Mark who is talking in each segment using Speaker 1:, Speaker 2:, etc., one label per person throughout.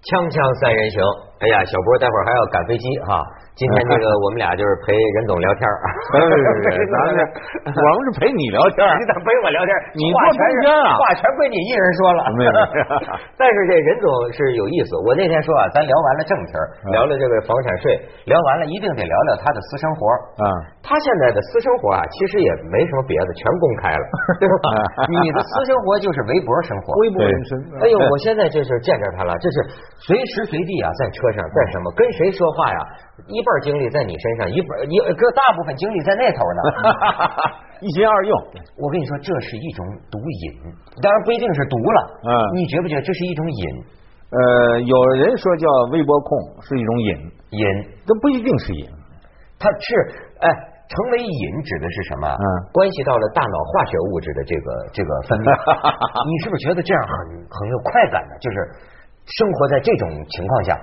Speaker 1: 锵锵三人行，哎呀，小波待会儿还要赶飞机哈、 今天这个我们俩就是陪任总聊天儿，
Speaker 2: 哎，咱们我们是陪你聊 天 儿，
Speaker 1: 你咋陪我聊天儿？
Speaker 2: 你
Speaker 1: 话全
Speaker 2: 坐
Speaker 1: 是
Speaker 2: 中间啊
Speaker 1: 话全归你一人说了。
Speaker 2: 没有没有
Speaker 1: 但是这任总是有意思。我那天说啊，咱聊完了正题儿，
Speaker 2: 嗯
Speaker 1: 聊了这个房产税，聊完了一定得聊聊他的私生活。
Speaker 2: 啊，
Speaker 1: 他现在的私生活啊，其实也没什么别的，全公开 了，对吧？你的私生活就是微博生活，
Speaker 2: 微博人生
Speaker 1: 哎呦，我现在这是见着他了，这是随时随地啊，在车上，在什么跟谁说话呀，一半精力在你身上，一半一个大部分精力在那头 呢。
Speaker 2: 一心二用，
Speaker 1: 我跟你说，这是一种毒瘾，当然不一定是毒了。
Speaker 2: 嗯
Speaker 1: 你觉不觉得这是一种瘾？
Speaker 2: 呃，有人说叫微博控是一种瘾，
Speaker 1: 瘾，
Speaker 2: 这不一定是瘾，
Speaker 1: 它是哎，成为瘾指的是什么？
Speaker 2: 嗯
Speaker 1: 关系到了大脑化学物质的这个这个分泌。你是不是觉得这样很很有快感呢？就是生活在这种情况下，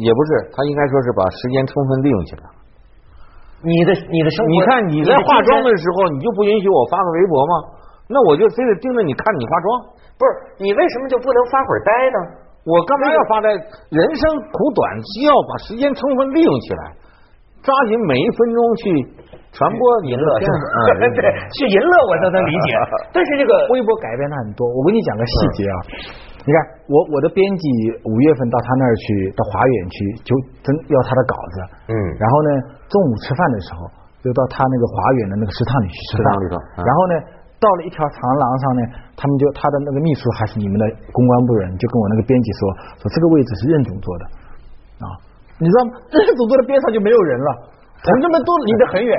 Speaker 2: 也不是，他应该说是把时间充分利用起来。
Speaker 1: 你的你的生活，
Speaker 2: 你看你在
Speaker 1: 的
Speaker 2: 化妆
Speaker 1: 精神
Speaker 2: 的时候，你就不允许我发个微博吗？那我就非得盯着你看你化妆，
Speaker 1: 不是你为什么就不能发会儿呆呢？
Speaker 2: 我干嘛要发呆？人生苦短，需要把时间充分利用起来，抓紧每一分钟去传播你
Speaker 1: 淫
Speaker 2: 的
Speaker 1: 乐
Speaker 2: 天
Speaker 1: 是
Speaker 2: 赋。
Speaker 1: 吧？
Speaker 2: 嗯
Speaker 1: 对，去淫乐我都能理解，但是这个
Speaker 3: 微博改变了很多。我跟你讲个细节啊，你看我我的编辑五月份到他那儿去，到华远去，就真要他的稿子。
Speaker 1: 嗯
Speaker 3: 然后呢，中午吃饭的时候就到他那个华远的那个食堂里去吃
Speaker 2: 食
Speaker 3: 饭。
Speaker 2: 堂里头嗯
Speaker 3: 然后呢，到了一条长廊上呢，他们就他的那个秘书还是你们的公关部人，就跟我那个编辑说说这个位置是任总坐的啊，你知道吗？任总坐的边上就没有人了。同志们都离得 很远，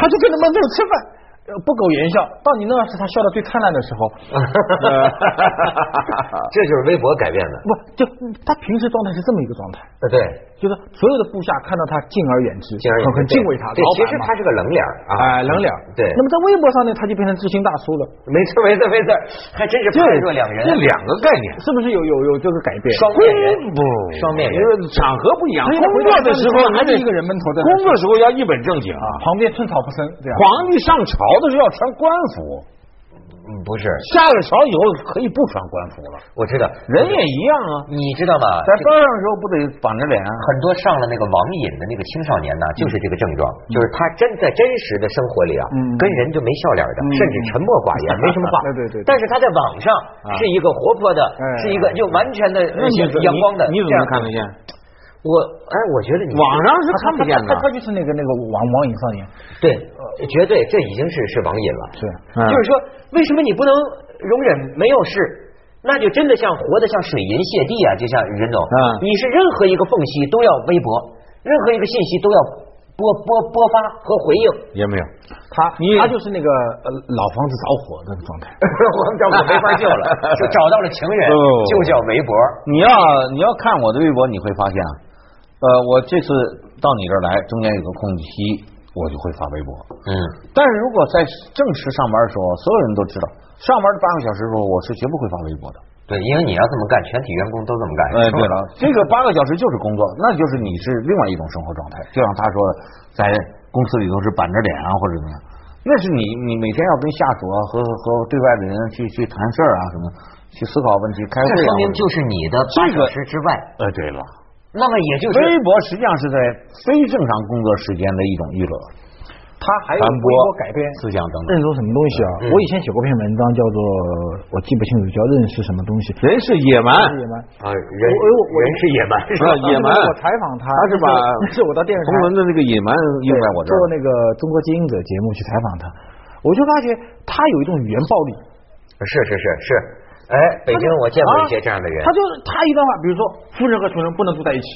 Speaker 3: 他就跟他们在那吃饭，呃不苟言笑。到你那儿是他笑得最灿烂的时候，
Speaker 1: 啊这就是微博改变的，
Speaker 3: 不就他平时状态是这么一个状态，
Speaker 1: 呃对，
Speaker 3: 就是所有的部下看到他敬而远之，
Speaker 1: 敬而远
Speaker 3: 很
Speaker 1: 之
Speaker 3: 很敬畏他，
Speaker 1: 对，
Speaker 3: 老
Speaker 1: 其
Speaker 3: 板
Speaker 1: 实
Speaker 3: 嘛
Speaker 1: 他是个冷脸儿啊，
Speaker 3: 哎冷脸儿
Speaker 1: 对
Speaker 3: 那么在微博上呢，他就变成知心大叔了，
Speaker 1: 没事没事没事，还真是判若两人，
Speaker 2: 这两个概念。
Speaker 3: 是不是有有有这个改变？
Speaker 1: 双面人，
Speaker 2: 不，
Speaker 1: 双面人
Speaker 2: 因为场合不一样。
Speaker 3: 所以
Speaker 2: 工
Speaker 3: 他回
Speaker 2: 作
Speaker 3: 到
Speaker 2: 的
Speaker 3: 家
Speaker 2: 时
Speaker 3: 里
Speaker 2: 候
Speaker 3: 还
Speaker 2: 得
Speaker 3: 是一个人闷头在那
Speaker 2: 工作时候要一本正经啊。
Speaker 3: 旁边寸草不生，啊这样。
Speaker 2: 皇帝上朝的时候要穿官服，
Speaker 1: 嗯不是，
Speaker 2: 下了朝以后可以不穿官服了。
Speaker 1: 我知道，
Speaker 2: 人也一样啊，
Speaker 1: 你知道吗？
Speaker 2: 在班上的时候不得绑着脸啊？
Speaker 1: 很多上了那个网瘾的那个青少年呢，就是这个症状，就是他真在真实的生活里啊，
Speaker 3: 嗯
Speaker 1: 跟人就没笑脸的，
Speaker 3: 嗯
Speaker 1: 甚至沉默寡言，没什么话。
Speaker 3: 对对对对
Speaker 1: 但是他在网上是一个活泼的，
Speaker 3: 哎
Speaker 1: 是一个就完全的
Speaker 2: 那哎你
Speaker 1: 阳光的。
Speaker 2: 你你怎
Speaker 1: 这样
Speaker 2: 么看得见？
Speaker 1: 我哎，我觉得你
Speaker 2: 网上是看不见
Speaker 3: 他
Speaker 2: 的
Speaker 3: 他。他就是那个那个网网瘾少年，
Speaker 1: 对，绝对这已经是是网瘾了。
Speaker 3: 是
Speaker 2: 嗯
Speaker 1: 就是说，为什么你不能容忍没有事？那就真的像活得像水银泻地啊，就像任总，
Speaker 2: 嗯
Speaker 1: 你是任何一个缝隙都要微博，任何一个信息都要播播播发和回 应。
Speaker 2: 也没有，
Speaker 3: 他
Speaker 2: 你
Speaker 3: 他就是那个呃老房子着火那个状态。
Speaker 1: 我们找我没法救了，就找到了情人
Speaker 2: 哦，
Speaker 1: 就叫微博。
Speaker 2: 你要你要看我的微博，你会发现啊，呃，我这次到你这儿来，中间有个空期，我就会发微博。
Speaker 1: 嗯，
Speaker 2: 但是如果在正式上班的时候，所有人都知道，上班的八个小时的时候，我是绝不会发微博的。
Speaker 1: 对，因为你要这么干，全体员工都这么干。
Speaker 2: 哎，对了，这个八个小时就是工作，那就是你是另外一种生活状态。就像他说的，在公司里头是板着脸啊，或者怎么样，那是你你每天要跟下属啊和和对外的人去去谈事儿啊什么，去思考问题，开会
Speaker 1: 这
Speaker 2: 啊
Speaker 1: 说。明就是你的八小时之外，
Speaker 2: 哎，对了，
Speaker 1: 那么也就是
Speaker 2: 微博实际上是在非正常工作时间的一种娱乐，
Speaker 3: 他还有
Speaker 2: 传
Speaker 3: 微
Speaker 2: 播
Speaker 3: 博改变
Speaker 2: 思想等等。
Speaker 3: 认识什么东西啊？
Speaker 1: 嗯
Speaker 3: 我以前写过篇文章，叫做我记不清楚，叫认识什么东西。
Speaker 2: 人是野蛮，
Speaker 3: 野蛮，
Speaker 1: 啊，人
Speaker 3: 我哎呦我
Speaker 1: 人是 野蛮，是吧？
Speaker 2: 啊野蛮
Speaker 3: 我采访他，
Speaker 2: 他是把
Speaker 3: 那是我到电视台
Speaker 2: 冯仑的那个野蛮用在我这
Speaker 3: 做
Speaker 2: 儿。
Speaker 3: 那个中国经营者节目去采访他，我就发觉他有一种语言暴力。
Speaker 1: 是是是是，哎，北京我见过一些这样的人
Speaker 3: 他，就他一段话，比如说富人和穷人不能住在一起。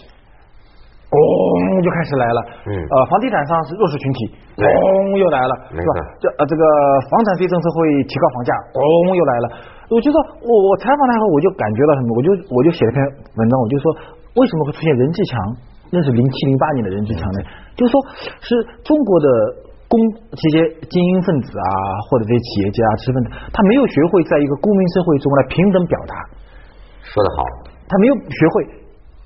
Speaker 3: 嗡、就开始来了，
Speaker 1: 哦嗯
Speaker 3: 呃，房地产上是弱势群体，
Speaker 1: 对
Speaker 3: 嗡、又来了，
Speaker 1: 没
Speaker 3: 是
Speaker 1: 错？
Speaker 3: 吧这呃这个房产税政策会提高房价，嗡、又来了。我觉得我我采访他以后，我就感觉到什么，我就我就写了篇文章，我就说为什么会出现任志强，那是零七零八年的任志强呢？就是说是中国的公这些精英分子啊，或者这些企业家、知识分子，他没有学会在一个公民社会中来平等表达。
Speaker 1: 说的好，
Speaker 3: 他没有学会，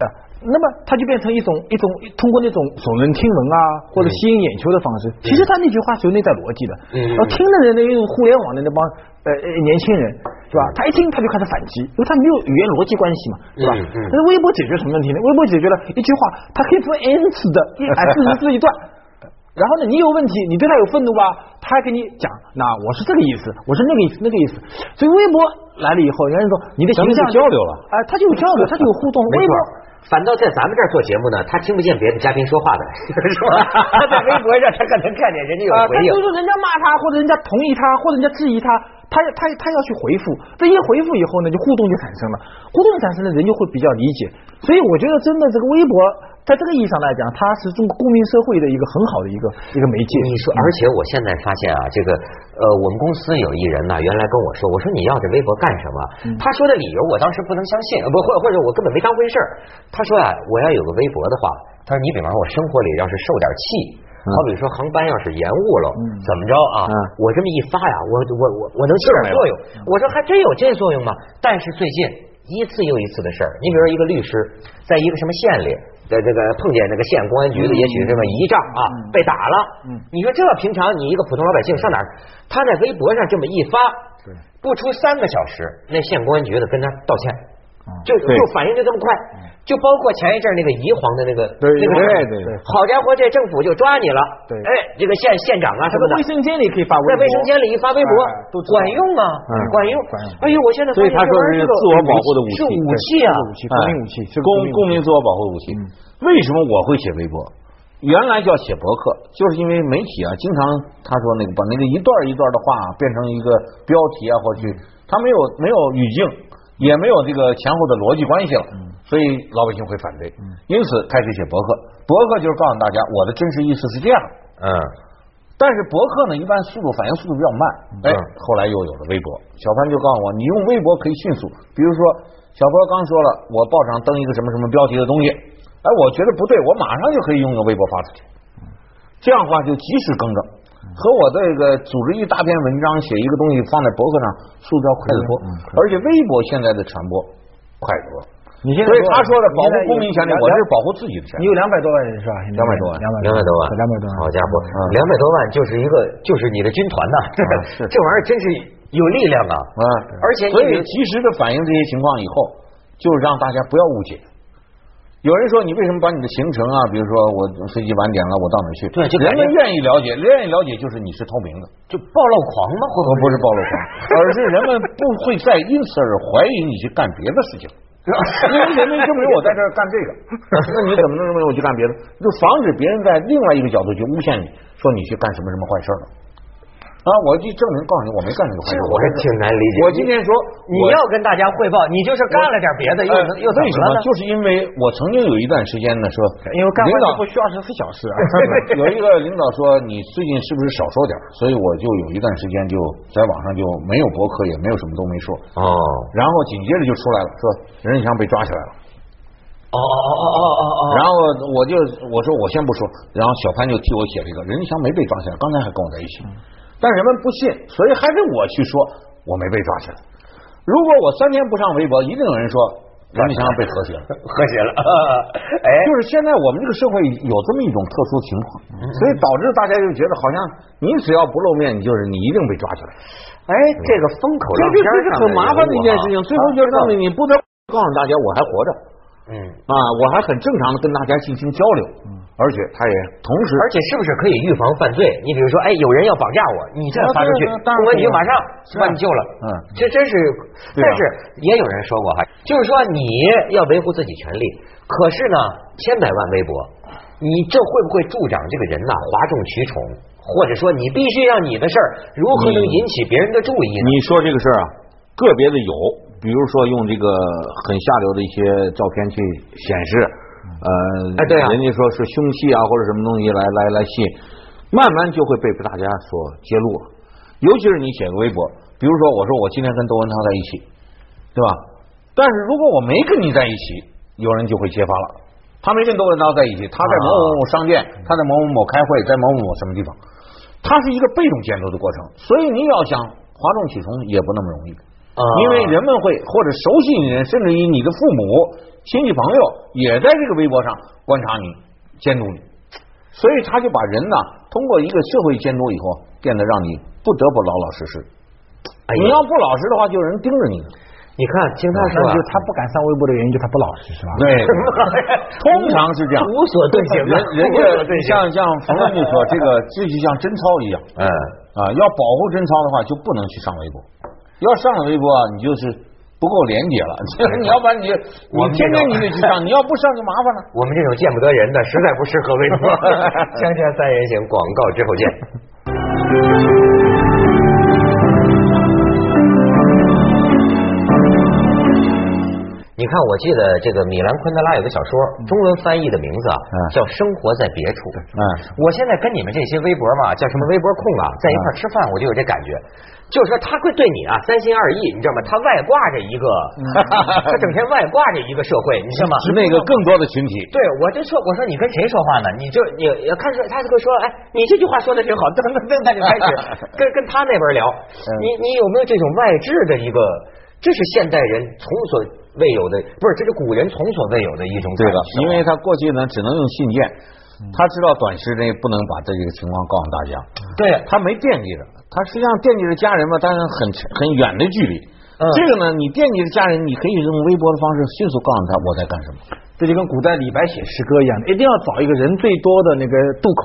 Speaker 3: 呃，那么它就变成一种一种通过那种耸人听闻啊，或者吸引眼球的方式。其实他那句话是有内在逻辑的，
Speaker 1: 嗯嗯嗯
Speaker 3: 然后听的人呢，又用互联网的那帮呃呃年轻人，对吧？他一听他就开始反击，因为他没有语言逻辑关系嘛，对吧？
Speaker 1: 嗯嗯
Speaker 3: 但是微博解决什么问题呢？微博解决了一句话，它可以分 n 次 的一 s 十字一段。然后呢，你有问题，你对他有愤怒吧，他还跟你讲，那我是这个意思，我是那个意思，那个意思。所以微博来了以后，人家说你的
Speaker 2: 咱
Speaker 3: 形
Speaker 2: 们就
Speaker 3: 象
Speaker 2: 交流了
Speaker 3: 啊、他就有交流，他就有互动。
Speaker 1: 没错
Speaker 3: 微博。
Speaker 1: 反倒在咱们这儿做节目呢，他听不见别的嘉宾说 话的，是吧？他在微博上，他可能看见人家有
Speaker 3: 啊，
Speaker 1: 回
Speaker 3: 但
Speaker 1: 应
Speaker 3: 就。是人家骂他，或者人家同意他，或者人家质疑他，他他他要去回复，这一回复以后呢，就互动就产生了，互动产生了，人就会比较理解。所以我觉得，真的这个微博，在这个意义上来讲，它是中国公民社会的一个很好的一个一个媒介。
Speaker 1: 你说，而且我现在发现啊，这个呃，我们公司有一人呢、原来跟我说，我说你要这微博干什么？他说的理由我当时不能相信，呃不或或者我根本没当回事儿。他说啊，我要有个微博的话，他说你比方说我生活里要是受点气。好比说航班要是延误了，怎么着啊
Speaker 3: 嗯？
Speaker 1: 我这么一发呀，我我我我能起点作用。我说还真有这作用吗？但是最近一次又一次的事儿。你比如说一个律师，在一个什么县里，在这个碰见那个县公安局的，也许什么仪仗啊，
Speaker 2: 嗯
Speaker 1: 被打了。你说这平常你一个普通老百姓上哪儿？他在微博上这么一发，不出三个小时，那县公安局的跟他道歉，
Speaker 2: 嗯
Speaker 1: 就
Speaker 2: 对
Speaker 1: 就反应就这么快。就包括前一阵儿那个宜黄的那个
Speaker 2: 嗯对
Speaker 1: 那个事儿
Speaker 2: 对对对
Speaker 1: 好家伙，这政府就抓你了。
Speaker 3: 对
Speaker 1: 哎，这个县县长啊什么
Speaker 3: 这
Speaker 1: 的
Speaker 3: 个卫，生间里可以发微博，
Speaker 1: 在卫生间里一发微博
Speaker 3: 哎都，知
Speaker 1: 管
Speaker 3: 道
Speaker 1: 用啊，管用
Speaker 3: 管用。
Speaker 1: 哎呦，我现在
Speaker 2: 所以
Speaker 1: 发
Speaker 2: 他
Speaker 1: 现这玩意
Speaker 2: 说是
Speaker 1: 儿
Speaker 2: 自我保护的武器，
Speaker 1: 是武器啊，
Speaker 2: 对
Speaker 3: 器革命武器是革
Speaker 2: 公
Speaker 3: 命
Speaker 2: 嗯
Speaker 3: 武器嗯
Speaker 2: 公民自我保护的武器。为什么我会写微博？原来叫写博客，就是因为媒体啊，经常他说那个把那个一段一段的话啊、变成一个标题啊，或者去，他没有没有语境，也没有这个前后的逻辑关系了，
Speaker 3: 嗯
Speaker 2: 所以老百姓会反对，因此开始写博客。博客就是告诉大家我的真实意思是这样的，
Speaker 1: 嗯，
Speaker 2: 但是博客呢，一般速度反应速度比较慢。哎
Speaker 1: 嗯，
Speaker 2: 后来又有了微博。小潘就告诉我，你用微博可以迅速。比如说，小波刚说了，我报上登一个什么什么标题的东西，哎，我觉得不对，我马上就可以用个微博发出去。这样的话就及时更正，
Speaker 3: 嗯
Speaker 2: 和我这个组织一大篇文章写一个东西放在博客上，速度要快得多。
Speaker 3: 嗯
Speaker 2: 而且微博现在的传播快得多。
Speaker 3: 你现在
Speaker 2: 所以他说的保护
Speaker 3: 现在有
Speaker 2: 公民权利，
Speaker 3: 两
Speaker 2: 我这是保护自己的权
Speaker 3: 你
Speaker 2: 利。
Speaker 3: 有两百多万人是吧？
Speaker 2: 200多万
Speaker 3: 两百
Speaker 1: 两百多万，
Speaker 3: 两百多万。
Speaker 1: 好家伙，两百多万就是一个就是你的军团呐，这玩意儿真嗯是有力量啊。
Speaker 2: 啊，
Speaker 1: 而且你
Speaker 2: 所以及时的反映这些情况以后，就是让大家不要误解。有人说你为什么把你的行程啊，比如说我飞机晚点了，我到哪儿去？
Speaker 1: 对就
Speaker 2: 人
Speaker 1: 感觉
Speaker 2: 们愿意了解，愿意了解就是你是透明的，
Speaker 1: 就暴露狂吗？会不会
Speaker 2: 而不是暴露 狂，而是人们不会再因此而怀疑你去干别的事 情，因为人们证明我在这儿干这个，那你怎么能认为我去干别的？就防止别人在另外一个角度去诬陷你，说你去干什么什么坏事儿了。啊，我就证明告诉你，我没干什么坏
Speaker 1: 这
Speaker 2: 事儿，
Speaker 1: 哎我还
Speaker 2: 是
Speaker 1: 挺难理解。
Speaker 2: 我今天说
Speaker 1: 你
Speaker 2: 我
Speaker 1: 要跟大家汇报，你就是干了点别哎的，又
Speaker 2: 呃
Speaker 1: 又怎
Speaker 2: 为什
Speaker 1: 么
Speaker 2: 么
Speaker 1: 了呢？？
Speaker 2: 就是因为我曾经有一段时间呢，说
Speaker 1: 哎
Speaker 3: 因为干
Speaker 2: 领
Speaker 3: 完
Speaker 2: 导
Speaker 3: 以 后需要二十四小时啊。
Speaker 2: 有一个领导说你最近是不是少说点儿？所以我就有一段时间就在网上就没有博客，也没有什么都没说。
Speaker 1: 哦
Speaker 2: 然后紧接着就出来了，说任志强被抓起来了。
Speaker 1: 哦哦哦哦哦 哦，
Speaker 2: 然后我就我说我先不说，然后小潘就替我写了一个，任志强没被抓起来，刚才还跟我在一起，
Speaker 1: 嗯
Speaker 2: 但人们不信，所以还得我去说我没被抓起来。如果我三天不上微博，一定有人说任志强被和谐了。
Speaker 1: 和谐了。 哎，
Speaker 2: 就是现在我们这个社会有这么一种特殊情况，所以导致大家就觉得好像你只要不露面，你就是你一定被抓起来。
Speaker 1: 哎，这个风口
Speaker 2: 这
Speaker 1: 浪尖
Speaker 2: 这这
Speaker 1: 儿
Speaker 2: 是
Speaker 1: 上
Speaker 2: 很麻烦的一件事
Speaker 1: 人
Speaker 2: 情，
Speaker 1: 物啊
Speaker 2: 最后就是让你不得不告诉大家我还活着
Speaker 1: 嗯。
Speaker 2: 啊，我还很正常的跟大家进行交流，而且他也同时
Speaker 1: 而且是不是可以预防犯罪？你比如说，哎，有人要绑架我，你这
Speaker 2: 啊
Speaker 1: 发出去，
Speaker 2: 对对对当然
Speaker 1: 公安局
Speaker 2: 可以
Speaker 1: 马上
Speaker 2: 是啊
Speaker 1: 把你救了。
Speaker 2: 嗯
Speaker 1: 这真是，
Speaker 2: 对
Speaker 1: 但
Speaker 2: 啊
Speaker 1: 是也有人说过，哈，就是说你要维护自己权利，可是呢，千百万微博，你这会不会助长这个人呐、哗众取宠？或者说，你必须让你的事儿如何能
Speaker 2: 你
Speaker 1: 引起别人的注意呢？
Speaker 2: 你说这个事儿啊，个别的有，比如说用这个很下流的一些照片去显示，呃，
Speaker 1: 哎对啊
Speaker 2: 人家说是凶器啊或者什么东西来来来吸引，慢慢就会被大家所揭露了。尤其是你写个微博，比如说我说我今天跟窦文涛在一起，对吧？但是如果我没跟你在一起，有人就会揭发了。他没跟窦文涛在一起，他在某某某商店，他在某某某开会，在某某某什么地方，它是一个被动监督的过程，所以你要想哗众取宠也不那么容易。
Speaker 1: 啊
Speaker 2: 因为人们会或者熟悉你的人，甚至于你的父母、亲戚朋友，也在这个微博上观察你、监督你，所以他就把人呢，通过一个社会监督以后，变得让你不得不老老实实。
Speaker 1: 哎
Speaker 2: 你
Speaker 1: 呀
Speaker 2: 要，不老实的话，就有人盯着你。
Speaker 1: 你看，听他
Speaker 3: 那
Speaker 1: 说啊
Speaker 3: 就，他不敢上微博的原因，就他不老实是吧？
Speaker 2: 对， 通常是这样。
Speaker 1: 无所遁形啊
Speaker 2: 人人
Speaker 1: 无所遁
Speaker 2: 家
Speaker 1: 形
Speaker 2: 像像冯文就说，这个这就像贞操一样
Speaker 1: 嗯，
Speaker 2: 啊，要保护贞操的话，就不能去上微博。要上了微博啊，你就是不够廉洁了。 你要不然你你
Speaker 1: 我们这种
Speaker 2: 天天你得去上，你要不上就麻烦了。
Speaker 1: 我们这种见不得人的，实在不适合微 博。锵锵三人行，广告之后见。你看，我记得这个米兰昆德拉有个小说，中文翻译的名字啊，叫《生活在别处》。
Speaker 2: 嗯，
Speaker 1: 我现在跟你们这些微博嘛，叫什么微博控啊，在一块儿吃饭，我就有这感觉，就是说他会对你啊三心二意，你知道吗？他外挂着一个， 他整天外挂着一个社会，你知道吗？
Speaker 2: 嗯啊是那个更多的群体。
Speaker 1: 对，我就说，我说你跟谁说话呢？你就你也看着他就会说，哎，你这句话说的挺好，噔噔噔，他就开 始跟跟他那边聊。
Speaker 2: 嗯
Speaker 1: 你你有没有这种外置的一个？这是现代人从所未有的，不是，这是古人从所未有的一种
Speaker 2: 对
Speaker 1: 感
Speaker 2: 的，
Speaker 1: 受。
Speaker 2: 因为他过去呢只能用信件，
Speaker 1: 嗯
Speaker 2: 他知道短时内不能把这个情况告诉大家。
Speaker 1: 对
Speaker 2: 他没惦记着，他实际上惦记着家人嘛，但是很很远的距离。
Speaker 1: 嗯
Speaker 2: 这个呢，你惦记着家人，你可以用微博的方式迅速告诉他我在干什么。
Speaker 3: 这就跟古代李白写诗歌一样，一定要找一个人最多的那个渡口，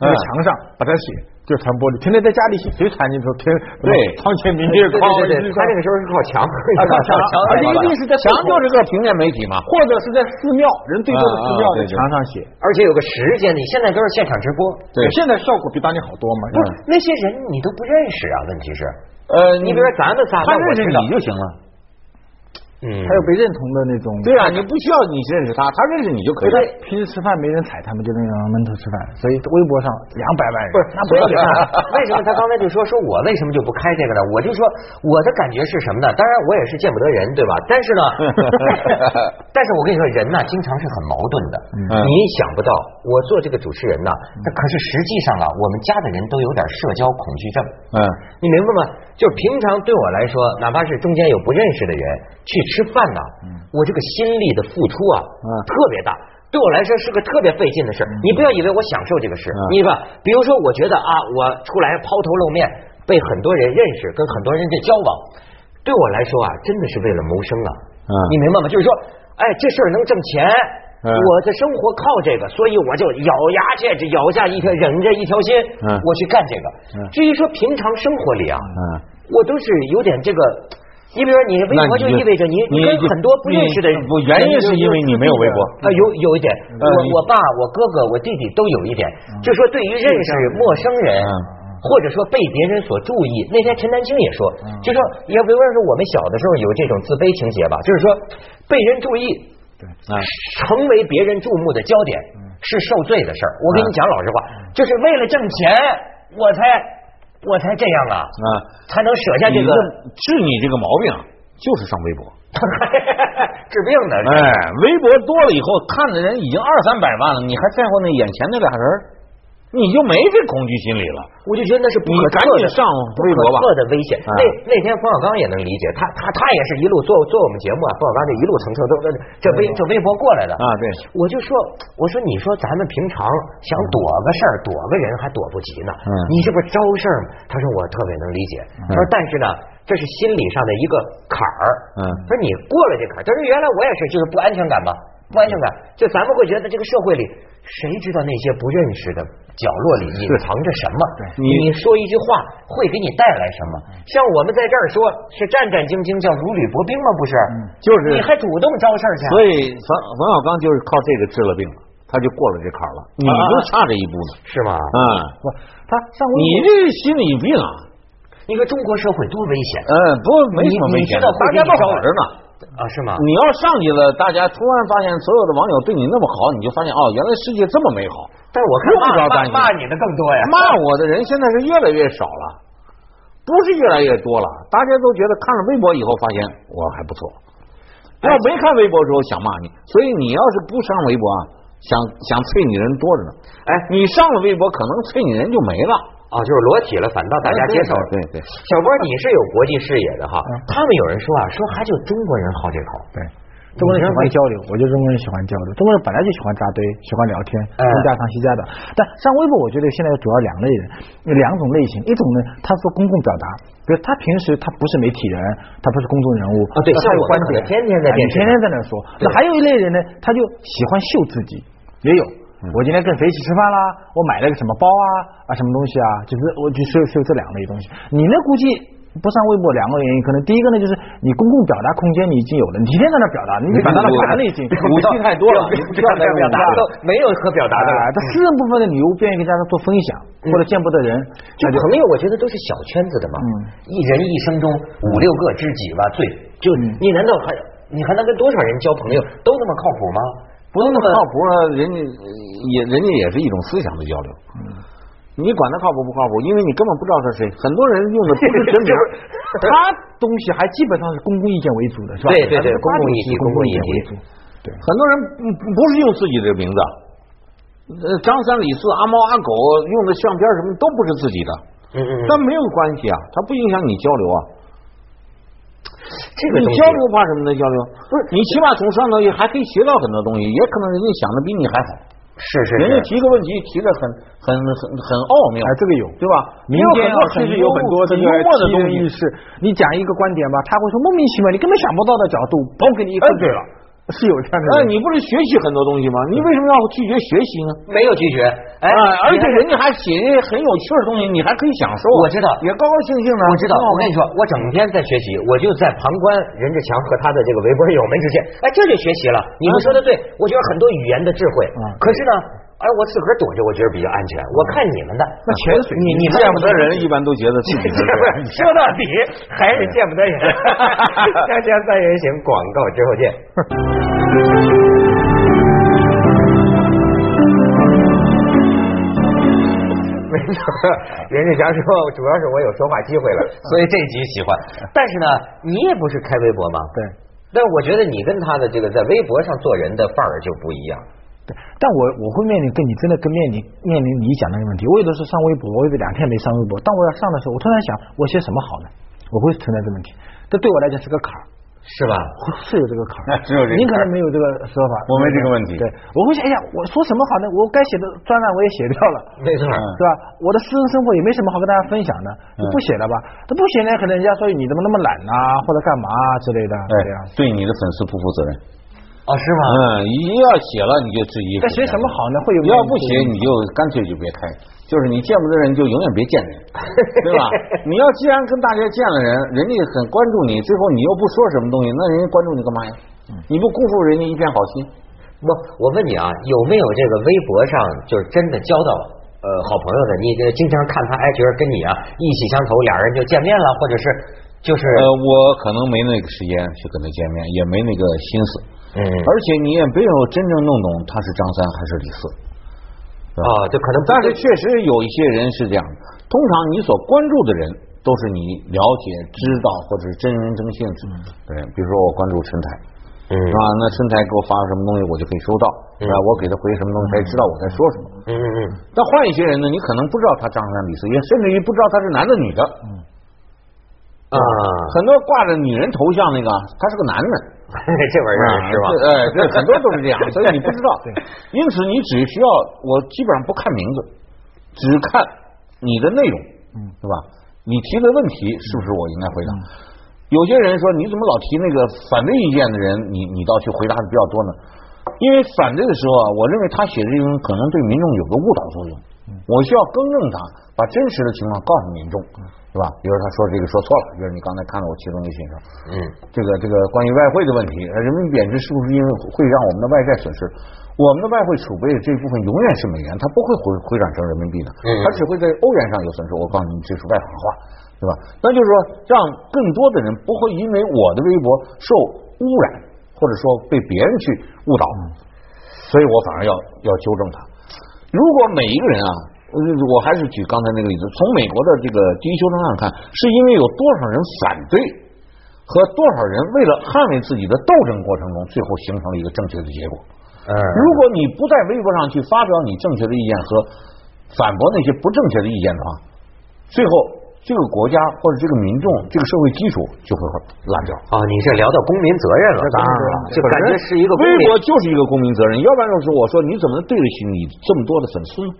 Speaker 3: 那个墙上把它写，就传播。你天天在家里写，谁传你说天
Speaker 2: 对
Speaker 3: 床前明月
Speaker 1: 对
Speaker 2: 哦
Speaker 3: 光，
Speaker 1: 对对，他那个时候是靠
Speaker 2: 啊
Speaker 1: 墙，
Speaker 3: 墙
Speaker 2: 而且
Speaker 3: 而
Speaker 2: 一
Speaker 3: 且一
Speaker 2: 定
Speaker 3: 定
Speaker 2: 是
Speaker 3: 是
Speaker 2: 在墙
Speaker 3: 在
Speaker 2: 就是个平面媒体嘛。
Speaker 3: 或者是在寺庙，人最多的寺庙
Speaker 2: 啊啊啊
Speaker 3: 的
Speaker 2: 对对
Speaker 3: 墙上写。
Speaker 1: 而且有个时间，你现在都是现场直播，
Speaker 2: 对
Speaker 3: 现在效果比当年好多嘛？
Speaker 1: 不是那些人你都不认识啊？问题是，
Speaker 2: 呃，
Speaker 3: 嗯
Speaker 1: 你比如说咱们仨，那
Speaker 2: 他
Speaker 1: 我
Speaker 2: 认
Speaker 1: 知
Speaker 2: 识
Speaker 1: 道
Speaker 2: 你就行了。
Speaker 1: 嗯，
Speaker 3: 还有被认同的那种。
Speaker 2: 对啊，你不需要你认识他，他认识你就可以了。
Speaker 3: 对，平时吃饭没人踩他们，就那样闷头吃饭，所以微博上两百万人，
Speaker 1: 不是，
Speaker 3: 那不要脸啊！
Speaker 1: 为什么他刚才就说说我为什么就不开这个呢？我就说我的感觉是什么呢？当然我也是见不得人，对吧？但是呢，但是我跟你说，人呐，经常是很矛盾的。
Speaker 2: 嗯
Speaker 1: 你想不到，我做这个主持人呐，那可是实际上啊，我们家的人都有点社交恐惧症。
Speaker 2: 嗯，
Speaker 1: 你明白吗？就是平常对我来说，哪怕是中间有不认识的人去吃饭呐、
Speaker 2: 嗯
Speaker 1: 我这个心力的付出啊，特别大。对我来说是个特别费劲的
Speaker 2: 嗯
Speaker 1: 事儿。你不要以为我享受这个事，你吧，比如说，我觉得啊，我出来抛头露面，被很多人认识，跟很多人的交往，对我来说啊，真的是为了谋生啊。
Speaker 2: 嗯
Speaker 1: 你明白吗？就是说，哎，这事儿能挣钱。
Speaker 2: 嗯
Speaker 1: 我的生活靠这个，所以我就咬牙切齿，咬下一条，忍着一条心，
Speaker 2: 嗯
Speaker 1: 我去干这个。至于说平常生活里啊，
Speaker 2: 嗯
Speaker 1: 我都是有点这个。你比如说，你微博就意味着你
Speaker 2: 你
Speaker 1: 你跟很多不认识的人
Speaker 2: 你，不原因是因为你没有微博嗯
Speaker 1: 啊，有有一点，
Speaker 2: 你
Speaker 1: 我我爸、我哥哥、我弟弟都有一点，就说对于认识陌生人
Speaker 2: 嗯。
Speaker 1: 或者说被别人所注意，那天陈丹青也说，
Speaker 2: 嗯
Speaker 1: 就说也比如说我们小的时候有这种自卑情节吧，就是说被人注意，
Speaker 2: 嗯
Speaker 1: 成为别人注目的焦点是受罪的事
Speaker 2: 嗯
Speaker 1: 儿。我跟你讲老实话，就是为了挣钱，我才我才这样啊，
Speaker 2: 嗯，
Speaker 1: 才能舍下这个
Speaker 2: 你这治你这个毛病啊就是上微博。
Speaker 1: 治病的。
Speaker 2: 哎，微博多了以后，看的人已经二三百万了，你还在乎那眼前那俩人儿？你就没这恐惧心理了。
Speaker 1: 我就觉得那是不
Speaker 2: 你
Speaker 1: 可
Speaker 2: 赶
Speaker 1: 测的
Speaker 2: 紧上
Speaker 1: 不
Speaker 2: 微博吧
Speaker 1: 可测的危险。
Speaker 2: 啊
Speaker 1: 那那天冯小刚也能理解，他他他也是一路做做我们节目啊，冯小刚就一路从这都这这
Speaker 2: 哎
Speaker 1: 微这微博过来的
Speaker 2: 啊对
Speaker 1: 我就说我说你说咱们平常想躲个事儿躲个人还躲不及呢，
Speaker 2: 嗯
Speaker 1: 你这不是招事儿吗？他说我特别能理解，他说但是呢。这是心理上的一个坎儿，
Speaker 2: 嗯
Speaker 1: 说你过了这坎儿，他说原来我也是，就是不安全感嘛，不安全感，就咱们会觉得这个社会里，谁知道那些不认识的角落里隐藏着什么？
Speaker 2: 你
Speaker 1: 你说一句话会给你带来什么？像我们在这儿说是战战兢兢，叫如履薄冰吗？不是，
Speaker 2: 嗯就是
Speaker 1: 你还主动招事儿去啊？
Speaker 2: 所以冯冯小刚就是靠这个治了病了，他就过了这坎儿了。你就差这一步呢。
Speaker 1: 是吗？
Speaker 2: 啊、
Speaker 3: 不，他上微
Speaker 2: 你
Speaker 3: 博
Speaker 2: 这心理病啊，
Speaker 1: 你说中国社会多危险
Speaker 2: 嗯，不没什么危险
Speaker 1: 你你知
Speaker 2: 的，
Speaker 1: 道会
Speaker 2: 大
Speaker 1: 给
Speaker 2: 家
Speaker 1: 你
Speaker 2: 都好着呢。
Speaker 1: 啊？是吗？
Speaker 2: 你要上去了，大家突然发现所有的网友对你那么好，你就发现哦，原来世界这么美好。
Speaker 1: 但是我看
Speaker 2: 用不着担
Speaker 1: 骂
Speaker 2: 心
Speaker 1: 骂骂你的更多呀。
Speaker 2: 骂我的人现在是越来越少了，不是越来越多了。大家都觉得看了微博以后，发现我还不错。
Speaker 1: 哎
Speaker 2: 要没看微博之后想骂你，所以你要是不上微博啊，想想啐你人多着呢。
Speaker 1: 哎
Speaker 2: 你上了微博，可能啐你人就没了。
Speaker 1: 啊，就是裸体了，反倒大家接受了。
Speaker 2: 对嗯对对
Speaker 1: 小波，你是有国际视野的哈。他们有人说啊，说还就中国人好这口。
Speaker 3: 对，中国人喜欢交流，我觉得中国人喜欢交流，中国人本来就喜欢扎堆，喜欢聊天，
Speaker 1: 哎
Speaker 3: 东家长西家长。但上微博，我觉得现在主要两类人，有两种类型，一种呢，他做公共表达，比如他平时他不是媒体人，他不是公众人物，
Speaker 1: 啊对像
Speaker 3: 他有
Speaker 1: 我
Speaker 3: 观
Speaker 1: 们可
Speaker 3: 点
Speaker 1: 能，天天在
Speaker 3: 哎
Speaker 1: 电
Speaker 3: 你
Speaker 1: 视
Speaker 3: 天
Speaker 1: 上
Speaker 3: 天在那说。那还有一类人呢，他就喜欢秀自己，也有。我今天跟谁一起吃饭啦？我买了个什么包啊啊什么东西啊？就是我就是有这两类东西。你呢，估计不上微博两个原因，可能第一个呢就是你公共表达空间你已经有了，你天天在那表达，你
Speaker 2: 你
Speaker 3: 表达
Speaker 2: 我
Speaker 3: 的烦了已经。
Speaker 2: 嗯武器太多了，你不知道嗯该
Speaker 1: 表达
Speaker 2: 怎么办
Speaker 1: 都没有可表达的了
Speaker 3: 啊，。这私人部分的你又不愿意跟大家做分享，或者见不得人，，
Speaker 1: 就朋友，我觉得都是小圈子的
Speaker 2: 嗯
Speaker 1: 嘛，一人一生中五六个知己吧，最就你难道还你还能跟多少人交朋友？都那么靠谱吗？
Speaker 2: 不那么靠谱啊，人家也人家也是一种思想的交流。你管他靠谱不靠谱，因为你根本不知道他是谁。很多人用的不是真名 儿
Speaker 3: 他东西还基本上是公共意见为主的，是吧？
Speaker 1: 对对对
Speaker 3: 还是
Speaker 1: 公共议题
Speaker 3: 公
Speaker 1: 公共
Speaker 3: 共
Speaker 1: 议
Speaker 3: 意见
Speaker 1: 题
Speaker 3: 为主。
Speaker 2: 很多人不不是用自己的名字，呃，张三李四阿猫阿狗用的相片什么都不是自己的，
Speaker 1: 嗯嗯，嗯
Speaker 2: 但没有关系啊，它不影响你交流啊。
Speaker 1: 这个
Speaker 2: 你
Speaker 1: 东西
Speaker 2: 交流怕什么呢？交流不是你起码从上头也还可以学到很多东西，也可能人家想的比你还好，
Speaker 1: 是是
Speaker 2: 人家
Speaker 1: 是。
Speaker 2: 提个问题提的很很很很奥妙
Speaker 3: 哎，，这个有，
Speaker 2: 对吧？
Speaker 3: 民间啊，
Speaker 2: 其
Speaker 3: 确
Speaker 2: 实
Speaker 3: 实有很多这
Speaker 2: 很
Speaker 3: 个
Speaker 2: 幽默的东西
Speaker 3: 意，识。你讲一个观点吧，他会说莫名其妙，你根本想不到的角度，都给你一个。嗯
Speaker 2: 哎对了，
Speaker 3: 是有这样的
Speaker 2: 哎，
Speaker 3: 人。
Speaker 2: 你不是学习很多东西吗？你
Speaker 3: 嗯
Speaker 2: 为什么要拒绝学习呢？
Speaker 1: 没有拒绝，哎
Speaker 2: 啊，，而
Speaker 1: 你
Speaker 2: 且
Speaker 1: 看
Speaker 2: 人家还写很有趣的东西，你还可以享受啊。
Speaker 1: 我知道
Speaker 2: 也高高兴兴的。啊
Speaker 1: 我知道，我跟你说，我整天在学习，我就在旁观任志强和他的这个微博友们之间，哎，这就学习了。你们说的对，我觉得很多语言的智慧，可是呢，哎，我自个儿躲着，我觉得比较安全。我看你们的，
Speaker 3: 那潜水
Speaker 1: 你你们
Speaker 2: 见不得人，一般都觉得自 己是，
Speaker 1: 见不
Speaker 3: 啊
Speaker 1: 得说到底还是见不 得人。锵锵三人行，广告之后见。没错，任志强说，主要是我有说话机会了， 所以这一集喜欢。但是呢，你也不是开微博吗？
Speaker 3: 对。
Speaker 1: 但我觉得你跟他的这个在微博上做人的范儿就不一样。
Speaker 3: 对，但我我会面临跟你真的跟面临面临你讲的那个问题。我有的时候上微博，我有两天没上微博，当我要上的时候，我突然想，我写什么好呢？我会存在这个问题，这对我来讲是个坎儿。
Speaker 1: 是吧？
Speaker 3: 是有这个坎儿
Speaker 2: 只有这个坎儿
Speaker 3: 您可能没有这个说法，
Speaker 2: 我没这个问题
Speaker 3: 对，我会想，哎呀，我说什么好呢？我该写的专栏我也写掉了，
Speaker 2: 嗯
Speaker 1: 没错。
Speaker 3: 是吧？我的私人生活也没什么好跟大家分享的，
Speaker 2: 嗯
Speaker 3: 就不写了吧？那不写呢，可能人家说你怎么那么懒呐、或者干嘛啊之类的，
Speaker 2: 哎
Speaker 3: 对呀。，
Speaker 2: 对你的粉丝不负责任。
Speaker 1: 哦，是吗？
Speaker 2: 嗯，一要写了你就质疑。
Speaker 3: 但啊写什么好呢？会有
Speaker 2: 要不写你就干脆就别开，就是你见不得人就永远别见人，对吧？你要既然跟大家见了人，人家很关注你，最后你又不说什么东西，那人家关注你干嘛呀？
Speaker 3: 嗯
Speaker 2: 你不辜负人家一片好心？
Speaker 1: 不，我问你啊，有没有这个微博上就是真的交到呃好朋友的？你这经常看他，哎，觉得跟你啊意气相投，俩人就见面了，或者是就是
Speaker 2: 呃，我可能没那个时间去跟他见面，也没那个心思，
Speaker 1: 嗯
Speaker 2: 而且你也没有真正弄懂他是张三还是李四。
Speaker 1: 啊，就可能不
Speaker 2: 但是确实有一些人是这样的。通常你所关注的人，都是你了解、知道或者是真人真性的人。比如说我关注陈台，
Speaker 1: 嗯
Speaker 2: 啊，那陈台给我发什么东西，我就可以收到，
Speaker 1: 嗯
Speaker 2: 啊，我给他回什么东西，他也知道我在说什么。
Speaker 1: 嗯嗯嗯，
Speaker 2: 但换一些人呢，你可能不知道他张三李四，也甚至于不知道他是男的女的。
Speaker 1: 啊，
Speaker 2: 很多挂着女人头像那个，他是个男的。
Speaker 1: 这玩意儿啊是呃吧？
Speaker 2: 哎，对，很多都是这 样，所以你不知道。因此你只需要，我基本上不看名字，只看你的内容，
Speaker 1: 嗯
Speaker 2: 对吧？你提的问题是不是我应该回答？有些人说你怎么老提那个反对意见的人，你你倒去回答的比较多呢？因为反对的时候啊，我认为他写的内容可能对民众有个误导作用，
Speaker 1: 嗯
Speaker 2: 我需要更正他，把真实的情况告诉民众，
Speaker 1: 嗯
Speaker 2: 对吧？比如他说这个说错了，比如你刚才看了我其中一个写上，
Speaker 1: 嗯，
Speaker 2: 这个这个关于外汇的问题，呃人民币贬值是不是因为会让我们的外债损失？我们的外汇储备这部分永远是美元，它不会回回转成人民币的
Speaker 1: 嗯，
Speaker 2: 它只会在欧元上有损失。我告诉你，这是外行话，对吧？那就是说，让更多的人不会因为我的微博受污染，或者说被别人去误导，所以我反而要要纠正他。如果每一个人啊，呃我还是举刚才那个例子，从美国的这个第一修正案看，是因为有多少人反对和多少人为了捍卫自己的斗争过程中，最后形成了一个正确的结果。
Speaker 1: 嗯，
Speaker 2: 如果你不在微博上去发表你正确的意见和反驳那些不正确的意见的话，最后这个国家或者这个民众这个社会基础就会烂掉。
Speaker 1: 啊，你这聊到公民责任了，
Speaker 2: 当然了，
Speaker 1: 这感觉是一个公
Speaker 2: 微
Speaker 1: 民
Speaker 2: 博就是一个公民责任，要不然就是我说你怎么能对得起你这么多的粉丝呢？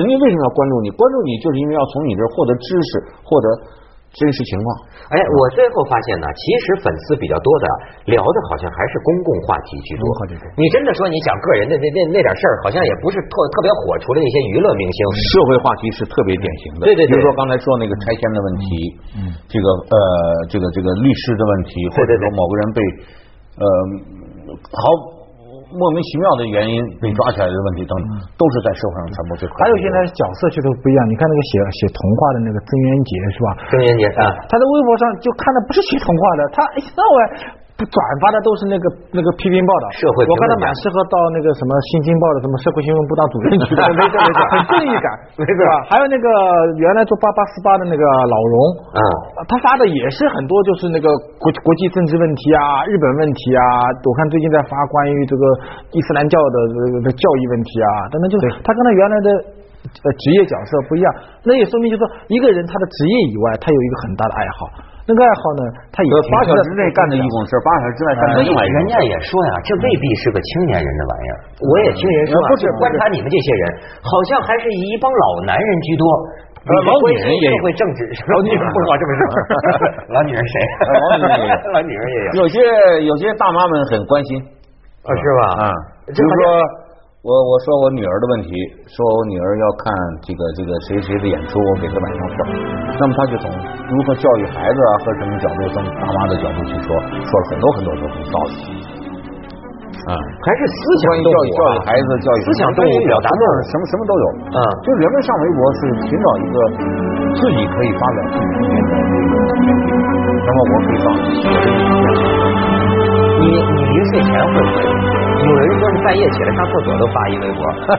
Speaker 2: 人家为什么要关注你？关注你就是因为要从你这儿获得知识，获得真实情况。
Speaker 1: 哎，我最后发现呢，其实粉丝比较多的聊的好像还是公共话题居多
Speaker 2: 公共话题居多。
Speaker 1: 你真的说你讲个人的那那那点事儿，好像也不是特特别火，除了那些娱乐明星。
Speaker 2: 社会话题是特别典型的，
Speaker 1: 对对对
Speaker 2: 比如说刚才说那个拆迁的问题，嗯，这个呃，这个这个律师的问题，或者
Speaker 1: 对对
Speaker 2: 说
Speaker 1: 对
Speaker 2: 某个人被呃毫莫名其妙的原因被抓起来的问题等等，都是在社会上传播最快。
Speaker 3: 还有现在角色却都不一样，你看那个写写童话的那个曾渊杰是吧？
Speaker 1: 中元
Speaker 2: 嗯
Speaker 1: 节啊，
Speaker 3: 他在微博上就看的不是写童话的，他哎一上来不转发的都是那个那个批评报道。
Speaker 1: 社会评论
Speaker 3: 我看他蛮适合到那个什么新京报的什么社会新闻部当主任去的，没事没事，很正义感，
Speaker 1: 没错
Speaker 3: 是吧？还有那个原来做八八四八的那个老荣。
Speaker 1: 嗯，
Speaker 3: 他发的也是很多，就是那个国国际政治问题啊、日本问题啊。我看最近在发关于这个伊斯兰教的这个这个教义问题啊，等等，就是他跟他原来的呃职业角色不一样。那也说明就是说，一个人他的职业以外，他有一个很大的爱好。那个爱好呢，他也
Speaker 2: 呃八小时内干的一种事儿，八小时之外干的
Speaker 1: 所以
Speaker 2: 另外一种
Speaker 1: 人
Speaker 2: 事
Speaker 1: 家
Speaker 2: 儿。
Speaker 1: 也说呀，这未必是个青年人的玩意儿。我也听人说
Speaker 2: 嗯
Speaker 1: 啊，
Speaker 3: 不止
Speaker 1: 观察你们这些人，好像还是一帮老男人居多。
Speaker 2: 呃老女人也有
Speaker 1: 会政 治，老女人不好这么说。 老女人谁？
Speaker 2: 呃老女人也有
Speaker 1: 老女人也有，
Speaker 2: 有些有些大妈们很关心，
Speaker 1: 啊是吧？
Speaker 2: 啊，
Speaker 1: 这
Speaker 2: 比
Speaker 1: 好像
Speaker 2: 如说我我说我女儿的问题，说我女儿要看这个这个谁谁的演出，我给她买张票，那么她就从如何教育孩子啊和什么角度，从大妈的角度去说，说了很多很多很多道理。啊，
Speaker 1: 还是思想
Speaker 2: 关于
Speaker 1: 动
Speaker 2: 教
Speaker 1: 物啊
Speaker 2: 育教育孩子教育
Speaker 1: 思想动物
Speaker 2: 关于
Speaker 1: 表达动物
Speaker 2: 什么什么都有。
Speaker 1: 嗯
Speaker 2: 就人们上微博是寻找一个自己可以发表自己意见的那个天地，那么我可以告诉你，我的意见
Speaker 1: 嗯你你临睡前会不会？有人说是半夜起来上厕所都发一微博。